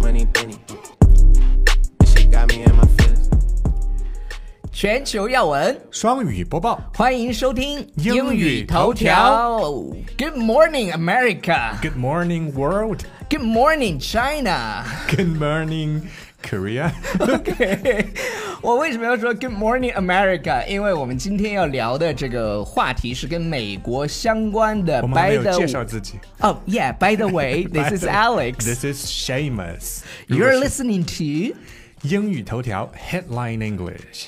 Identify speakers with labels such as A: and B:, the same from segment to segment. A: money penny. This shit got me in my feelings.
B: 全球要闻，
C: 双语播报
B: 欢迎收听
C: 英语头条
B: 条。Good morning America,
C: ，Good morning world,
B: Good morning China.
C: Good morning Korea 。
B: OK，我为什么要说 Good morning America？因为我们今天要聊的这个话题是跟美国相关的。
C: 我们还
B: By
C: 没有
B: the
C: 介绍自己。
B: Oh yeah, by the way,
C: By
B: this is
C: the-
B: Alex.
C: This is Shamus.
B: You're listening to
C: 英语头条 Headline English。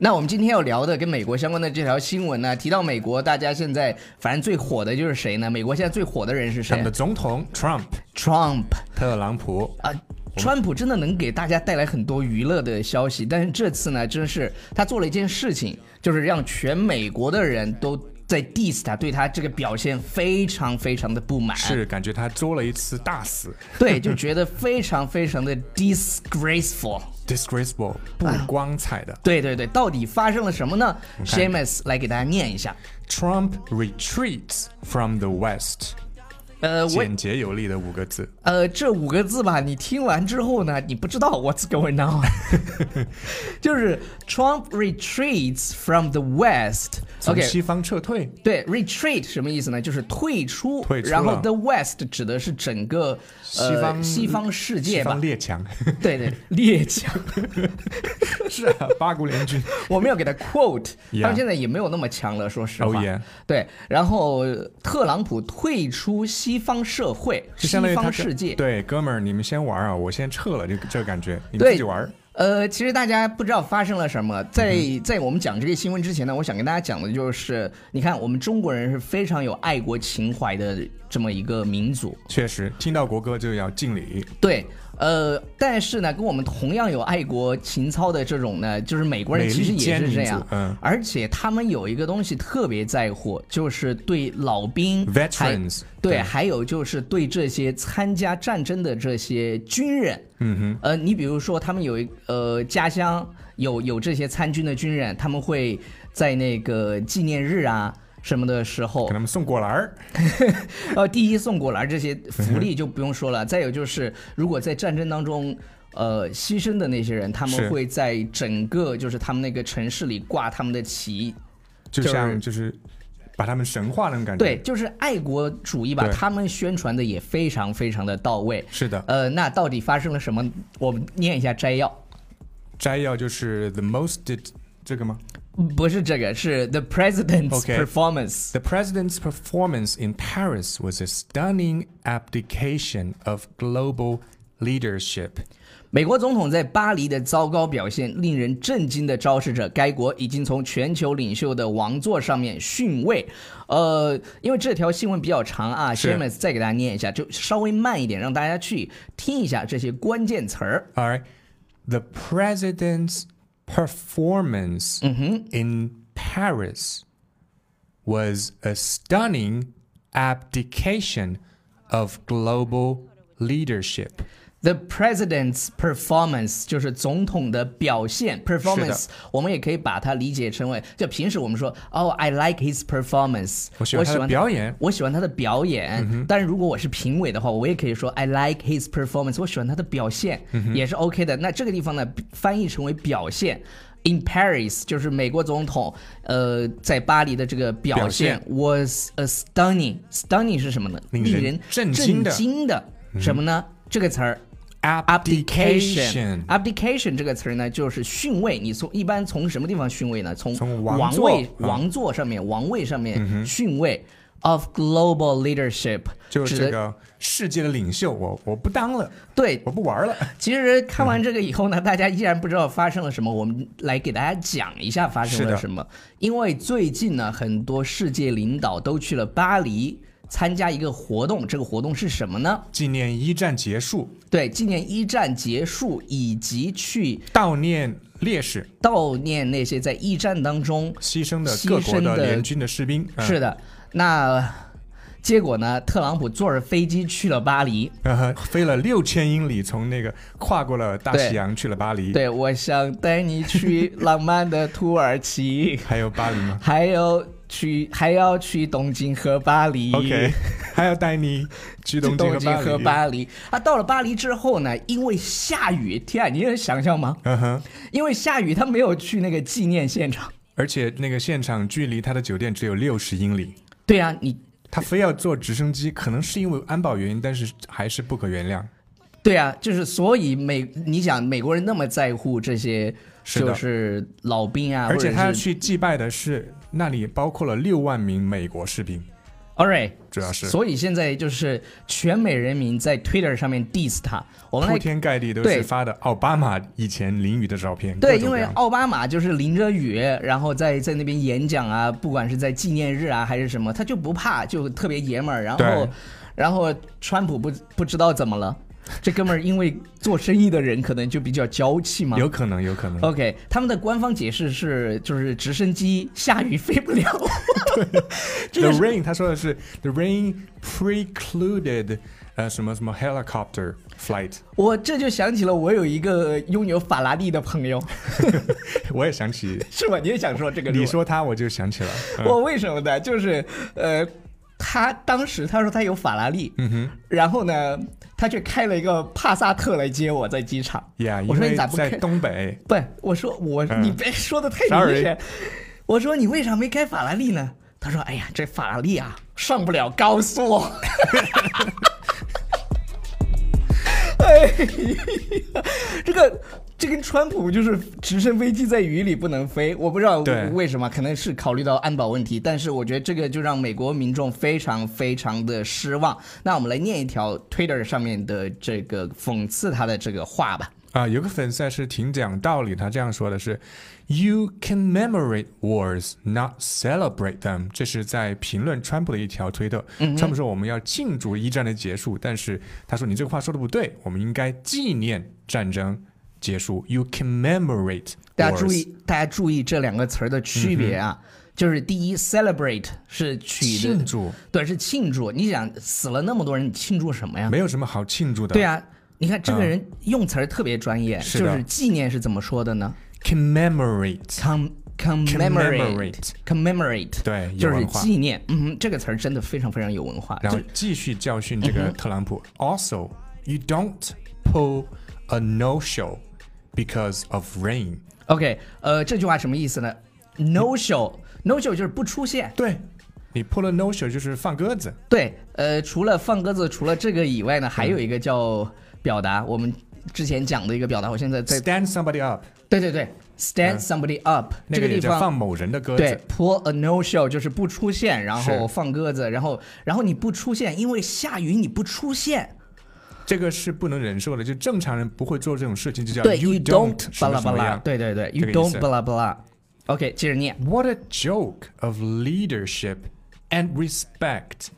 B: 那我们今天要聊的跟美国相关的这条新闻呢，提到美国，大家现在反正最火的就是谁呢？美国现在最火的人是
C: 他
B: 谁
C: 们的总统 Trump，
B: ？Trump
C: 特朗普。
B: 啊。川普真的能给大家带来很多娱乐的消息，但是这次呢，真是他做了一件事情，就是让全美国的人都在 diss 他，对他这个表现非常非常的不满。
C: 是感觉他作了一次大死
B: 对，就觉得非常非常的 disgraceful。
C: ，disgraceful 不光彩的。
B: 对对对，到底发生了什么呢
C: 看
B: ？Shamus 来给大家念一下。
C: Trump retreats from the West，
B: 呃，我
C: 简洁有力的五个字。
B: 呃，这五个字吧，你听完之后呢，你不知道 what's going on，就是 Trump retreats from the West。
C: 从
B: OK，
C: 西方撤退，
B: 对，retreat 什么意思呢？就是退出，
C: 退出
B: 然后
C: 了
B: the West 指的是整个呃
C: 西方
B: 西方世界
C: 西
B: 吧
C: 方？列强，
B: 对对，列强，
C: 是啊，八国联军。
B: 我没有给他 quote，
C: Yeah
B: 他们现在也没有那么强了，说实话。
C: Oh yeah
B: 对，然后特朗普退出西方社会、
C: 就
B: 西
C: 相当于他
B: 方
C: 跟
B: 世界。
C: 对，哥们儿，你们先玩啊，我先撤了，就这个感觉，你们
B: 对
C: 自己玩儿。嗯
B: 呃，其实大家不知道发生了什么，在在我们讲这个新闻之前呢，我想跟大家讲的就是，你看我们中国人是非常有爱国情怀的这么一个民族，
C: 确实，听到国歌就要敬礼。
B: 对，呃，但是呢，跟我们同样有爱国情操的这种呢，就是美国人
C: 美
B: 其实
C: 利
B: 也
C: 坚
B: 是这
C: 民族
B: 样，
C: 嗯
B: 而且他们有一个东西特别在乎，就是对老兵还
C: Veterans，
B: 对，
C: 对
B: 还有就是对这些参加战争的这些军人，嗯哼，呃，你比如说他们有一呃家乡有有这些参军的军人，他们会在那个纪念日啊。什么的时候
C: 给，他们送果篮儿，
B: 呃，第一送果篮这
C: 嗯
B: 些福利就不用说了，再有就是，如果在战争当中，呃，牺牲的那些人，他们
C: 是
B: 会在整个就是他们那个城市里挂他们的旗，就
C: 就
B: 是
C: 像就是把他们神化那种感觉。
B: 对，，就是爱国主义吧，
C: 嗯对
B: 他们宣传的也非常非常的到位。
C: 是的。
B: 呃，那到底发生了什么？我们念一下摘要，
C: 摘要就是 the most did 这个吗
B: 不是这个，是 The President's
C: OK
B: Performance。
C: ？The president's performance in Paris was a stunning abdication of global leadership。
B: 美国总统在巴黎的糟糕表现令人震惊地昭示着该国已经从全球领袖的王座上面逊位。呃，因为这条新闻比较长啊
C: 是
B: ，Shamus 再给大家念一下，就稍微慢一点，让大家去听一下这些关键词儿。
C: All right. The president's performance
B: Mm-hmm.
C: in Paris was a stunning abdication of global leadership.
B: The president's performance 就是总统的表现，performance 我们也可以把它理解成为，就平时我们说，哦、i like his performance，
C: 我喜欢他的表演嗯
B: 我喜欢他的表演。但是如果我是评委的话，我也可以说 I like his performance，我喜欢他的表现，
C: 嗯
B: 也是 OK 的。那这个地方呢，翻译成为表现。In Paris，就是美国总统，呃，在巴黎的这个表
C: 表
B: 现
C: 现
B: was a stunning，stunning 是什么呢？
C: 令
B: 令
C: 人
B: 人
C: 震惊的
B: 惊的什么
C: 嗯
B: 呢？这个词儿
C: Abdication.
B: abdication 这个词儿呢，就是逊位。你从一般从什么地方逊位呢？从
C: 从
B: 王
C: 王
B: 位
C: 座啊嗯
B: 王座上面、王位上面逊位。Of global leadership，
C: 就是
B: 指
C: 这
B: 的
C: 个哦世界的领袖，我我不当了，
B: 对
C: 我不玩了。
B: 其实看完这个以后呢，大家依然不知道发生了什么，我们来给大家讲一下发生
C: 是
B: 了
C: 的
B: 什么。因为最近呢，很多世界领导都去了巴黎参加一个活动，这个活动是什么呢？
C: 纪念一战结束，
B: 对，纪念一战结束以及去
C: 悼念烈士
B: 悼念那些在一战当中
C: 牺牲的
B: 牺
C: 各国
B: 牲的
C: 的联军的士兵。嗯
B: 是的，那结果呢？特朗普坐着飞机去了巴黎。
C: 呃，飞了六千英里，从那个跨过了大
B: 对
C: 西洋去了巴黎，
B: 对，我想带你去浪漫的土耳其，
C: 还有巴黎吗？
B: 还有去还要去东京和巴黎。
C: OK，还要带你去东京
B: 东
C: 和
B: 京
C: 巴
B: 和
C: 黎。
B: 巴黎，他到了巴黎之后呢，因为下雨，天啊，你能想象吗？
C: 嗯哼，
B: 因为下雨，他没有去那个纪念现场。
C: 而且那个现场距离他的酒店只有六十英里，
B: 对啊，你
C: 他非要坐直升机，可能是因为安保原因，但是还是不可原谅。
B: 对啊，就是所以美，你想美国人那么在乎这些，
C: 是的
B: 就是老兵啊，
C: 而且他
B: 或
C: 要
B: 者是
C: 去祭拜的是那里包括了六万名美国士兵，
B: all right，
C: 主要是
B: 所以现在就是全美人民在 Twitter 上面 diss 他。我们
C: 铺
B: 来
C: 天盖地都
B: 对
C: 是发的奥巴马以前淋雨的照片。
B: 对，
C: 各
B: 因
C: 种各
B: 为
C: 样
B: 奥巴马就是淋着雨，然后在在那边演讲啊，不管是在纪念日啊还是什么，他就不怕，就特别爷们儿。然后
C: 对，
B: 然后川普不不知道怎么了，这哥们儿因为做生意的人可能就比较娇气嘛。
C: 有可能，有可能。
B: OK，他们的官方解释是，就是直升机下雨飞不了。 这
C: The
B: 个是
C: rain，他说的是 the rain precluded，呃，什么什么 helicopter flight。
B: 我这就想起了我有一个拥有法拉利的朋友，
C: 我也想起，
B: 是吧？你也想说这个？
C: 你说他我就 想起了。嗯
B: 我为什么呢？就是呃，他当时他说他有法拉利，
C: 嗯哼
B: 然后呢，他却开了一个帕萨特来接我在机场。
C: ，Yeah，
B: 我
C: 因
B: 说
C: 为
B: 你咋不
C: 在
B: 开
C: 东北，
B: 不，我说我、
C: 嗯
B: 你别说的太
C: Sorry
B: 明显。我说你为啥没开法拉利呢？他说：“哎呀，这法拉利啊，上不了高速。 哎呀”这个这跟川普就是直升飞机在雨里不能飞，我不知道
C: 对
B: 为什么，可能是考虑到安保问题，但是我觉得这个就让美国民众非常非常的失望。那我们来念一条 Twitter 上面的这个讽刺他的这个话吧。
C: 啊，有个粉丝还是挺讲道理，他这样说的是：“You commemorate wars, not celebrate them。”这是在评论川普的一条推特。
B: 嗯
C: 川普说我们要庆祝一战的结束，但是他说你这个话说的不对，我们应该纪念战争结束。You commemorate，
B: 大家注
C: wars 嗯
B: 意，大家注意这两个词儿的区别啊，就是第一，celebrate 是取
C: 庆
B: 的，
C: 祝，
B: 对，啊是庆祝。你想死了那么多人，你庆祝什么呀？
C: 没有什么好庆祝的。
B: 对啊，你看这个人用词儿特别专业，
C: 是
B: 就
C: 的
B: 是纪念是怎么说的呢
C: commemorate，
B: ？com commemorate
C: Commemorate
B: commemorate
C: 对有
B: 就是
C: 文化
B: 纪念。嗯哼，这个词儿真的非常非常有文化。
C: 然后
B: 就嗯
C: 继续教训这个特朗普。Also, you don't pull a no show because of rain。
B: OK，呃，这句话什么意思呢？No show，No show 就是不出现。
C: 对，你 pull a no show 就是放鸽子。
B: 对，呃，除了放鸽子，除了这个以外呢，还有一个叫表达，我们之前讲的一个表达，我现在在，
C: Stand somebody up，
B: 对对对，stand
C: 嗯
B: somebody up、
C: 那
B: 这
C: 个
B: 地
C: 也叫放
B: 方。
C: 某人的鸽
B: 对
C: 子。
B: ，pull a no show 就是不出现，然后
C: 是
B: 放鸽子，然后然后你不出现，因为下雨你不出现，
C: 这个是不能忍受的，就正常人不会做这种事情，就叫
B: 对
C: you
B: ，you don't 巴
C: 什么
B: 拉
C: 什
B: 巴
C: 么
B: 拉，
C: 样。
B: 对对对
C: 这
B: ，you
C: 个意
B: don't
C: 思
B: 巴拉巴拉。OK，接着念，
C: What a joke of leadership and respect！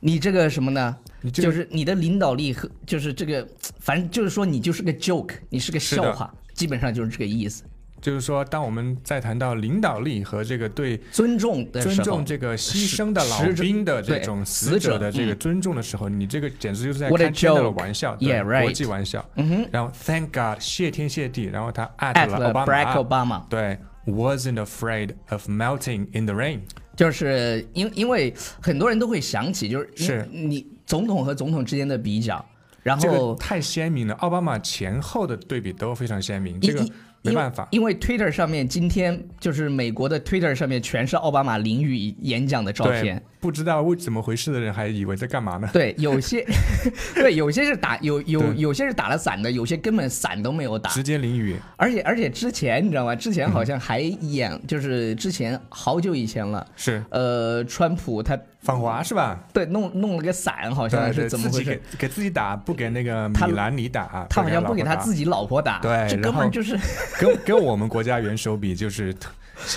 B: 你这个什么呢？
C: 你这个
B: 就是你的领导力和就是这个，反正就是说你就是个 joke，你是个
C: 是的
B: 笑话，基本上就是这个意思。
C: 就是说，当我们在谈到领导力和这个对
B: 尊重的时候
C: 尊重这个牺牲的老
B: 死者
C: 兵的这
B: 对
C: 种
B: 死
C: 死
B: 者
C: 者的这个
B: 嗯
C: 尊重的时候，你这个简直就是在
B: What a
C: 开天大的
B: joke
C: 玩笑
B: Yeah,
C: 对
B: right 嗯
C: 国际玩笑。然后 Thank God，谢天谢地，然后他
B: at
C: at 了
B: 了
C: 奥巴
B: Barack
C: 马，
B: Obama，
C: 对，wasn't afraid of melting in the rain。
B: 就是因因为很多人都会想起，就是因
C: 是
B: 你总统和总统之间的比较，然
C: 这个
B: 后
C: 太鲜明了，奥巴马前后的对比都非常鲜明，
B: 因
C: 这个
B: 因
C: 没办法。
B: 因为因为 Twitter 上面今天就是美国的 Twitter 上面全是奥巴马淋雨演讲的照
C: 对
B: 片。，
C: 不知道为怎么回事的人还以为在干嘛呢？
B: 对，有些， 对，有些是打有有
C: 对
B: 有些是打了伞的，有些根本伞都没有打。
C: 直接淋雨，
B: 而且而且之前你知道吗？之
C: 嗯
B: 前好像还演，就是之前好久以前了，
C: 是
B: 呃，川普他
C: 访华是吧？
B: 对弄弄了个伞，好
C: 对
B: 像
C: 对，
B: 是怎么
C: 自
B: 回
C: 己
B: 事？
C: 给给自己打，不给那个米
B: 他
C: 兰尼打，
B: 他好像不给他
C: 老婆打
B: 自己老婆打，
C: 对
B: 这
C: 然
B: 哥们儿
C: 后
B: 就是。
C: 跟跟我们国家元首比，就是特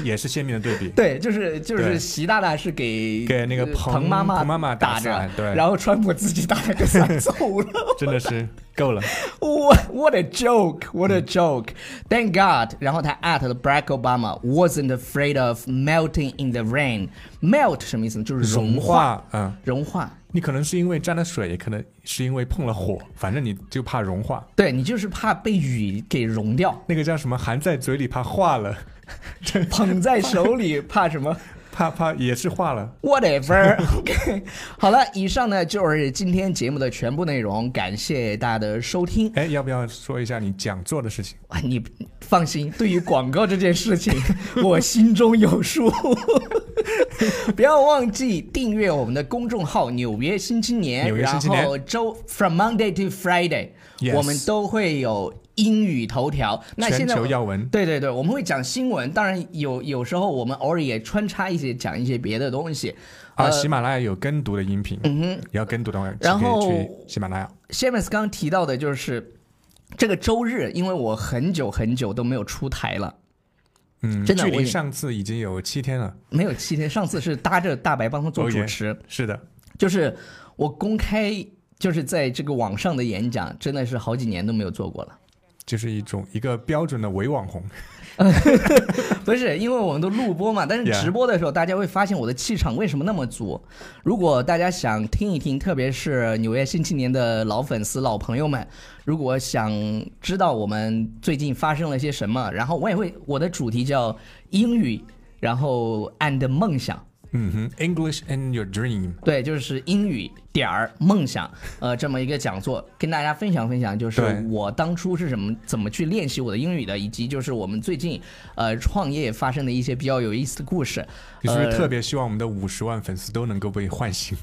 C: 也是鲜明的对比
B: 对，就是就是
C: 对
B: 习大大是给
C: 给那个
B: 呃
C: 彭
B: 彭妈妈
C: 彭妈妈打
B: 打着
C: 伞，对
B: 然后川普自己打了个 伞走了。
C: 真的是 够了。
B: What what a joke! What a joke! Thank God！然后他 at 了 Barack Obama wasn't afraid of melting in the rain. Melt 什么意思呢？就是融化，
C: 化，嗯，
B: 融化。
C: 你可能是因为沾了水，可能是因为碰了火，反正你就怕融化。
B: 对你就是怕被雨给融 掉，
C: 那个叫什么，含在嘴里怕化了，
B: 捧在手里怕什么？
C: 怕怕也是化了。
B: Whatever，OK，好 了，以上呢就是今天节目的全部内容，感谢大家的收听。
C: 哎，要不要说一下你讲座的事情？
B: 啊，你放心，对于广告这件事 情，我心中有数。 不要忘记订阅我们的公众号《纽约新青年》，
C: 纽约新青年
B: 然后周 from Monday to Friday，、
C: Yes
B: 我们都会有英语头条。那现
C: 全
B: 在
C: 球要闻
B: 对对对，我们会讲新闻，当然有有时候我们偶尔也穿插一些讲一些别的东西。
C: 啊，喜马拉雅有跟读的音频，嗯哼，要跟读的话，
B: 呃然后
C: 可以去喜马拉雅。
B: Shamus 刚刚提到的就是这个周日，因为我很久很久都没有出台了，
C: 嗯，
B: 真的
C: 距
B: 我
C: 离
B: 也
C: 上次已经有七天了。
B: 没有七天。上次是搭着大白帮他做
C: Oh
B: 主
C: yeah
B: 持
C: 是的，
B: 就是我公开就是在这个网上的演讲，真的是好几年都没有做过了。
C: 就是一种一个标准的伪网红。
B: 不是，因为我们都录播嘛，但是
C: Yeah
B: 直播的时候，大家会发现我的气场为什么那么足。如果大家想听一听，特别是纽约新青年的老粉丝、老朋友们，如果想知道我们最近发生了些什么，然后我也会我的主题叫英语，然后 and 梦想。
C: 嗯哼，English and your dream。
B: 对，就是英语点儿梦想，呃，这么一个讲座，跟大家分享分享，就是
C: 对
B: 我当初是怎么怎么去练习我的英语的，以及就是我们最近呃创业发生的一些比较有意思的故事。
C: 你是不是
B: 呃
C: 特别希望我们的五十万粉丝都能够被唤醒，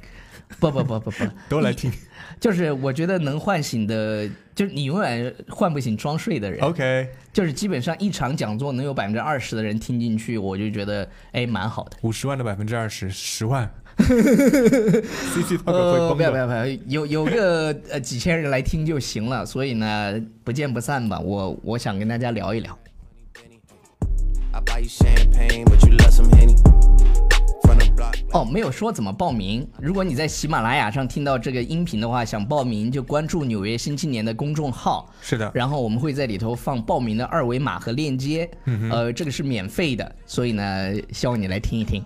B: 不不不不不，
C: 都来听
B: 就是我觉得能唤醒的，就是你永远唤不醒装睡的人，
C: ？OK，
B: 就是基本上一场讲座能有百分之二十的人听进去，我就觉得哎蛮好的。
C: 五十万的百分之二十，十万，CC Talk 会
B: 呃，
C: 崩
B: 不要不
C: 的。
B: 要不要，有有个呃几千人来听就行了，所以呢，不见不散吧。我我想跟大家聊一聊。
A: I buy you champagne, but you love some henny. From the block.
B: 哦，没有说怎么报名。如果你在喜马拉雅上听到这个音频的话，想报名就关注《纽约新青年》的公众号，
C: 是的，
B: 然后我们会在里头放报
C: 嗯
B: 名的二维码和链接，呃，这个是免费的，所以呢，希望你来听一听。